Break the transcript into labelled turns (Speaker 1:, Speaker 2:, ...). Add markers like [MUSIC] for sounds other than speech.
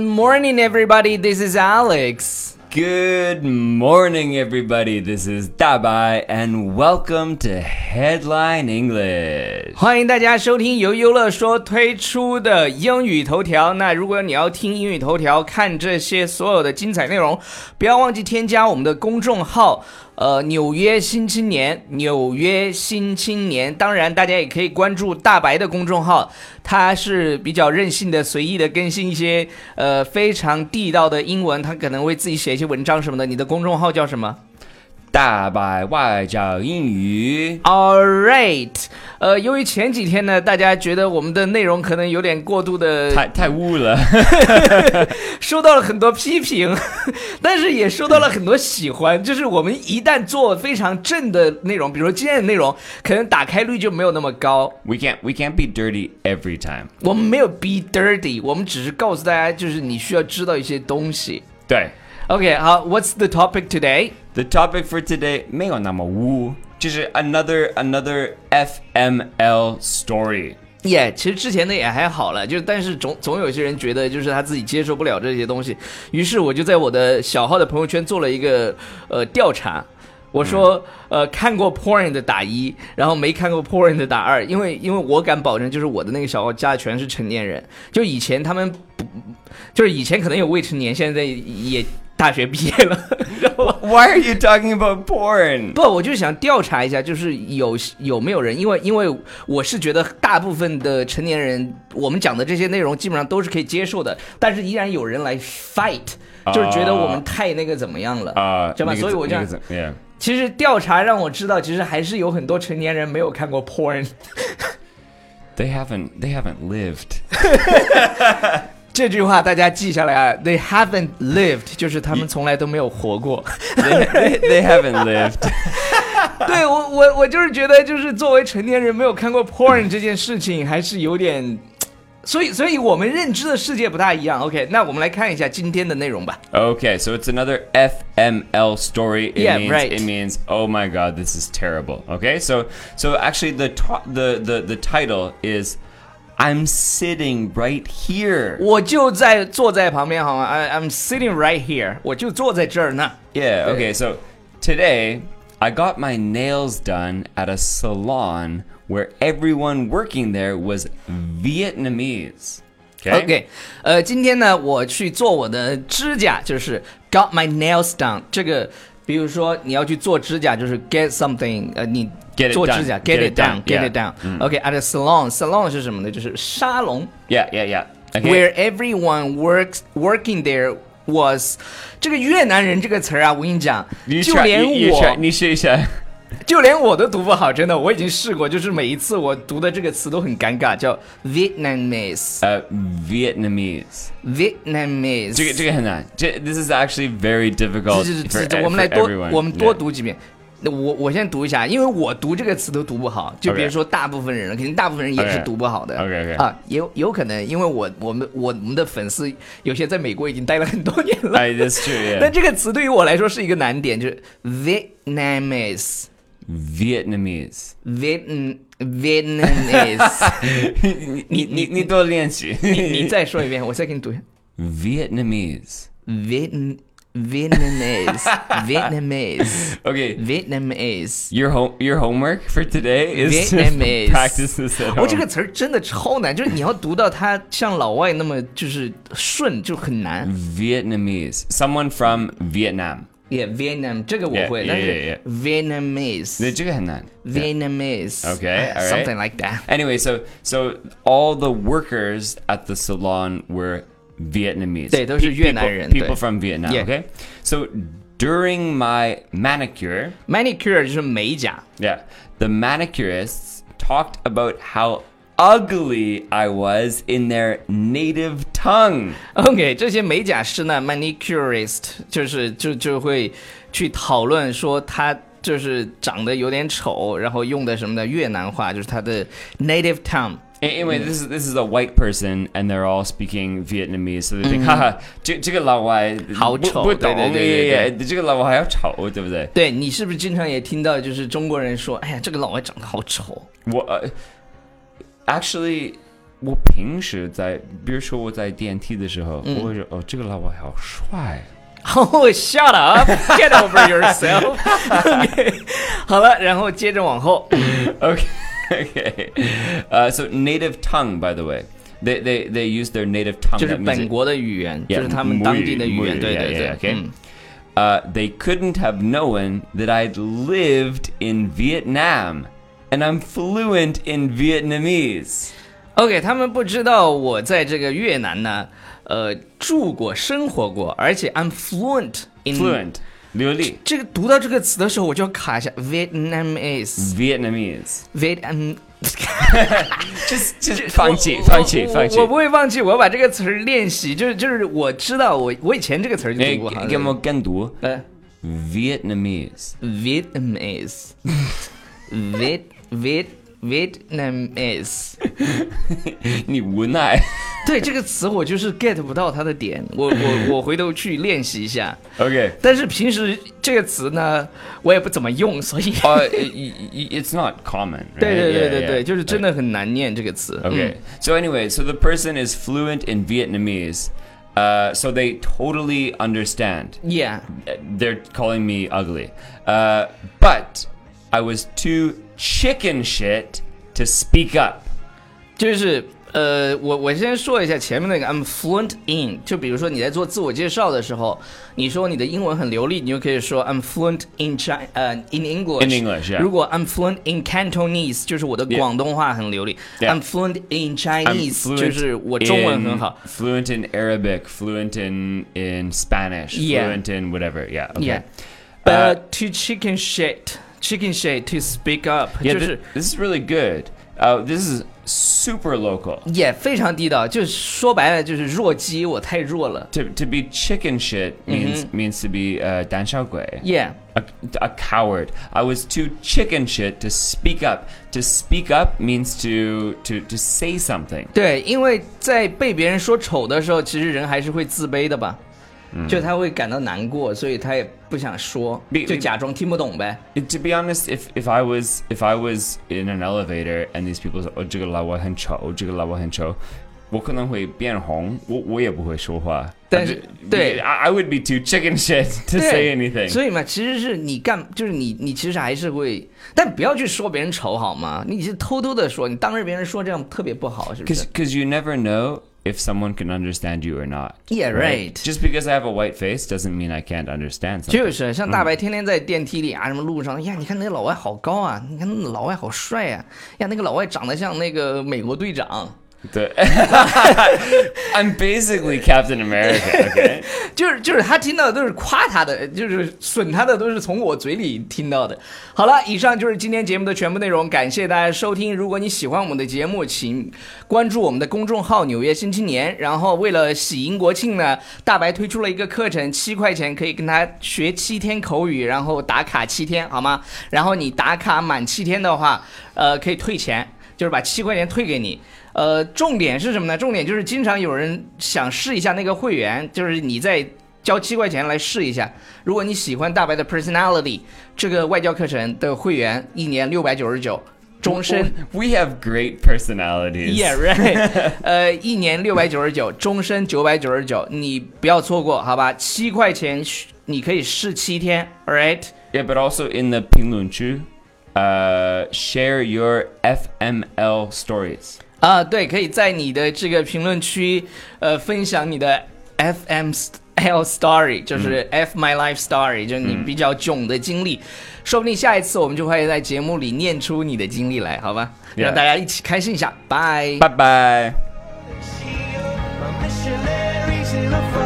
Speaker 1: morning, everybody. This is Alex.
Speaker 2: Good morning, everybody. This is Dabai, and welcome to Headline English.
Speaker 1: 欢迎大家收听由优乐说推出的英语头条。那如果你要听英语头条，看这些所有的精彩内容，不要忘记添加我们的公众号。呃，纽约新青年，纽约新青年。当然，大家也可以关注大白的公众号，他是比较任性的、随意的更新一些呃非常地道的英文，他可能会自己写一些文章什么的。你的公众号叫什么？
Speaker 2: 大白外教英语
Speaker 1: All right，呃，由于前几天呢，大家觉得我们的内容可能有点过度的，
Speaker 2: 太太污了，
Speaker 1: 收到了很多批评， [LAUGHS] 但是也收到了很多喜欢。就是我们一旦做非常正的内容，比如说今天的内容，可能打开率就没有那么高。
Speaker 2: [LAUGHS] We can't we can't be dirty every time.
Speaker 1: 我们没有 be dirty，我们只是告诉大家，就是你需要知道一些东西。OK，好，What's the topic today？
Speaker 2: The topic for today 没有那么污，就是 another another FML story.
Speaker 1: 也、其实之前的也还好了，就是但是总总有些人觉得就是他自己接受不了这些东西，于是我就在我的小号的朋友圈做了一个呃调查，我说、呃看过 porn 的打一，然后没看过 porn 的打二，因为因为我敢保证就是我的那个小号加的全是成年人，就以前他们不就是以前可能有未成年，现在也大学毕业了， [LAUGHS] 然后
Speaker 2: Why are you talking about porn?
Speaker 1: 不，我就想调查一下，就是有有没有人，因为因为我是觉得大部分的成年人，我们讲的这些内容基本上都是可以接受的，但是依然有人来 fight，就是觉得我们太那个怎么样了
Speaker 2: 啊，
Speaker 1: 知道吧？所以我这样，
Speaker 2: Uh, Yeah.
Speaker 1: 其实调查让我知道，其实还是有很多成年人没有看过 porn，
Speaker 2: They haven't they haven't lived.
Speaker 1: 这句话大家记下来啊，they haven't lived，就是他们从来都没有活过。
Speaker 2: They, they, they haven't lived.
Speaker 1: 对我我我就是觉得，就是作为成年人没有看过 porn 这件事情，还是有点，所以所以我们认知的世界不大一样。OK，那我们来看一下今天的内容吧。
Speaker 2: Okay, so it's another FML story. It
Speaker 1: Yeah,
Speaker 2: means,
Speaker 1: right.
Speaker 2: It means, oh my god, this is terrible. Okay, so so actually the to- the the the title is, I'm sitting right here.
Speaker 1: 我就在坐在旁边，好吗？I I'm sitting right here，我就坐在这儿呢。
Speaker 2: Yeah. Okay, so today I got my nails done at a salon where everyone working there was Vietnamese. Okay.
Speaker 1: OK，呃，今天呢，我去做我的指甲，就是 got my nails done。这个，比如说你要去做指甲，就是 get something，呃，你
Speaker 2: Get it
Speaker 1: 做指甲
Speaker 2: done,
Speaker 1: get
Speaker 2: get
Speaker 1: it
Speaker 2: it done,
Speaker 1: done，get it
Speaker 2: yeah，嗯
Speaker 1: done。OK，at a salon，salon 是什么呢？就是沙龙。
Speaker 2: Yeah. Yeah. Yeah. Okay.
Speaker 1: where everyone works working there was 这个越南人这个词儿啊，我跟你讲，
Speaker 2: You
Speaker 1: 就
Speaker 2: try-
Speaker 1: 连
Speaker 2: you- you
Speaker 1: 我
Speaker 2: try- 你试一下。
Speaker 1: 就连我都读不好，真的，我已经试过，就是每一次我读的这个词都很尴尬，叫 Vietnamese，Vietnamese，
Speaker 2: Uh, Vietnamese. 这个这个很难，这 this is actually very difficult
Speaker 1: 这
Speaker 2: for, e,
Speaker 1: 这这，我们来
Speaker 2: for
Speaker 1: 多
Speaker 2: everyone.
Speaker 1: 我们多
Speaker 2: Yeah.
Speaker 1: 读几遍。那我我先读一下，因为我读这个词都读不好，就
Speaker 2: OK
Speaker 1: 别说大部分人了，肯定大部分人也是
Speaker 2: OK
Speaker 1: 读不好的。
Speaker 2: OK，OK
Speaker 1: 啊，有有可能，因为我我们我们的粉丝有些在美国已经待了很多年了，
Speaker 2: 哎，that's true.
Speaker 1: 但
Speaker 2: Yeah.
Speaker 1: 这个词对于我来说是一个难点，就是 Vietnamese。 [LAUGHS]
Speaker 2: Vietnamese.
Speaker 1: Vietnam Vietnamese，
Speaker 2: [LAUGHS] 你你你你多练习。
Speaker 1: 你再说一遍，我再给你读一下
Speaker 2: Vietnamese.
Speaker 1: Vietnam Vietnamese
Speaker 2: [LAUGHS]
Speaker 1: Vietnamese
Speaker 2: Okay.
Speaker 1: Vietnamese。
Speaker 2: Your home your homework for today is to
Speaker 1: Vietnamese 哦
Speaker 2: practice this at
Speaker 1: 我、这个
Speaker 2: home.
Speaker 1: 词儿真的超难，就是你要读到它像老外那么就是顺，就很难。
Speaker 2: 嗯 Vietnamese. Someone from Vietnam.
Speaker 1: Yeah, Vietnam 这个我
Speaker 2: Yeah,
Speaker 1: 会
Speaker 2: yeah,
Speaker 1: 但是
Speaker 2: yeah,
Speaker 1: Vietnamese
Speaker 2: 这个很难。
Speaker 1: Vietnamese
Speaker 2: Okay, all right.
Speaker 1: something like that.
Speaker 2: Anyway, so so all the workers at the salon were Vietnamese.
Speaker 1: 对，都是
Speaker 2: Pe- people-
Speaker 1: 越南人，对。
Speaker 2: People from Vietnam.
Speaker 1: Yeah.
Speaker 2: Okay. So during my manicure,
Speaker 1: Manicure 就是美甲。
Speaker 2: yeah, the manicurists talked about how ugly I was in their native tongue.
Speaker 1: [LAUGHS] OK，这些美甲师呢，manicurist 就是就就会去讨论说他就是长得有点丑，然后用的什么的越南话，就是他的 native tongue。
Speaker 2: A- Anyway, this is this is a white person, and they're all speaking Vietnamese. So they think, haha, 这-这个老外
Speaker 1: 好丑，
Speaker 2: 不-不懂，
Speaker 1: 对，对，对，对，
Speaker 2: yeah, yeah, yeah, 这个老外好丑，对不对？
Speaker 1: 对你是不是经常也听到就是中国人说，哎呀，这个老外长得好丑？
Speaker 2: What? Uh, actually, 我平时在，比如说我在电梯的时候，我会说哦，这个老板好帅。
Speaker 1: Oh, [LAUGHS] shut up! Get over yourself. [LAUGHS] OK，好了，然后接着往后。
Speaker 2: Okay, okay. Uh, so native tongue, by the way, they they they use their native tongue.
Speaker 1: 就是
Speaker 2: That means
Speaker 1: 本
Speaker 2: it-
Speaker 1: 国的语言，
Speaker 2: Yeah,
Speaker 1: 就是他们当地的语
Speaker 2: 母语，
Speaker 1: 言，对
Speaker 2: yeah,
Speaker 1: 对
Speaker 2: yeah,
Speaker 1: 对
Speaker 2: okay.
Speaker 1: 嗯
Speaker 2: Uh, they couldn't have known that I'd lived in Vietnam and I'm fluent in Vietnamese.
Speaker 1: OK，他们不知道我在这个越南呢，呃，住过、生活过，而且 I'm fluent in
Speaker 2: Fluent. 流利。
Speaker 1: 这个读到这个词的时候，我就要卡一下
Speaker 2: [LAUGHS]
Speaker 1: Vietnamese
Speaker 2: Vietnamese.
Speaker 1: Vietnam。
Speaker 2: Just just
Speaker 1: 我我我不会放弃，我要把这个词儿练习。就是就是，我知道我我以前这个词儿就读过，好像是
Speaker 2: 放弃放弃。哎，给我跟读。
Speaker 1: 呃
Speaker 2: Vietnamese. [LAUGHS]
Speaker 1: ，Vietnamese [LAUGHS] Viet Viet Vietnamese。
Speaker 2: 你无奈。
Speaker 1: 对这个词，我就是 get 不到它的点。我我我回头去练习一下。
Speaker 2: [LAUGHS] Okay.
Speaker 1: 但是平时这个词呢，我也不怎么用，所以 [LAUGHS]
Speaker 2: Uh, i- i- i- it's not common.
Speaker 1: 哦
Speaker 2: Right?
Speaker 1: 对对
Speaker 2: Yeah,
Speaker 1: 对对
Speaker 2: yeah. Mm.
Speaker 1: 对，就是真的很难念这个词。
Speaker 2: Okay.
Speaker 1: 嗯
Speaker 2: So anyway, so the person is fluent in Vietnamese. Uh, so they totally understand.
Speaker 1: Yeah.
Speaker 2: Uh, They're calling me ugly. Uh, but I was too chicken shit to speak up.
Speaker 1: 就是呃，我我先说一下前面那个 I'm fluent in，就比如说你在做自我介绍的时候，你说你的英文很流利，你就可以说 I'm fluent in China，呃、in English。
Speaker 2: In English，yeah
Speaker 1: 如果 I'm fluent in Cantonese，就是我的广东话很流利。
Speaker 2: Yeah
Speaker 1: I'm fluent in
Speaker 2: I'm
Speaker 1: Chinese，
Speaker 2: fluent
Speaker 1: 就是我中文
Speaker 2: in-
Speaker 1: 很好。
Speaker 2: Fluent in Arabic, fluent in in Spanish,
Speaker 1: Yeah.
Speaker 2: fluent in whatever. Yeah. Okay.
Speaker 1: Yeah.
Speaker 2: Uh,
Speaker 1: But to chicken shit, chicken shit to speak up，
Speaker 2: Yeah,
Speaker 1: 就
Speaker 2: thi-
Speaker 1: 是
Speaker 2: this is really good. Uh, this is super local.
Speaker 1: 也非常地道，就是说白了就是弱鸡，我太弱了。
Speaker 2: To, to be chicken shit means means to be uh, 胆小鬼.
Speaker 1: Yeah.
Speaker 2: A, a coward. I was too chicken shit to speak up. To speak up means to to to say something.
Speaker 1: 对，因为在被别人说丑的时候，其实人还是会自卑的吧，
Speaker 2: 嗯
Speaker 1: 就他会感到难过，所以他也不想说，
Speaker 2: Be-
Speaker 1: 就假装听不懂呗。
Speaker 2: And to be honest, if if I was if I was in an elevator and these people said, "Oh, 这个老外很丑，这个老外很丑,"我可能会变红，我我也不会说话。
Speaker 1: 但是-
Speaker 2: I-
Speaker 1: 对。
Speaker 2: I I would be too chicken shit [LAUGHS] to say
Speaker 1: 对
Speaker 2: anything.
Speaker 1: 所以嘛，其实是你干，就是你，你其实还是会，但不要去说别人丑好吗？你是偷偷的说，你当着别人说，这样特别不好，是不
Speaker 2: Because
Speaker 1: 是
Speaker 2: because you never know if someone can understand you or not.
Speaker 1: ？Yeah, right.
Speaker 2: Just because I have a white face doesn't mean I can't understand something.
Speaker 1: 就是像大白天天在电梯里啊，什么路上，呀，你看那个老外好高啊，你看那个老外好帅啊，呀，那个老外长得像那个美国队长，
Speaker 2: The- [LAUGHS] I'm basically
Speaker 1: [LAUGHS]
Speaker 2: Captain America. Okay.
Speaker 1: 就是就是他听到的都是夸他的，就是损他的都是从我嘴里听到的。好了，以上就是今天节目的全部内容，感谢大家收听。如果你喜欢我们的节目，请关注我们的公众号《纽约新青年》。然后为了喜迎国庆呢，大白推出了一个课程，七块钱可以跟他学七天口语，然后打卡七天，好吗？然后你打卡满七天的话，呃，可以退钱。就是把七块钱退给你。呃，重点是什么呢？重点就是经常有人想试一下那个会员，就是你在交七块钱来试一下。如果你喜欢大白的 personality 这个外教课程的会员，一年六百九十九，终
Speaker 2: 哦
Speaker 1: 身。
Speaker 2: We have great personalities.
Speaker 1: Yeah, right 。呃，一年六百九十九，终身九百九十九，你不要错过，好吧？七块钱你可以试七天，all right？
Speaker 2: Yeah, but also in the Pinglunchu, uh, share your FML stories.
Speaker 1: 啊，对，可以在你的这个评论区，呃，分享你的 FM L story，就是 F my life story，、就是你比较囧的经历，说不定下一次我们就会在节目里念出你的经历来，好吧？
Speaker 2: Yeah
Speaker 1: 让大家一起开心一下，拜。
Speaker 2: Bye bye.
Speaker 3: Missionaries in a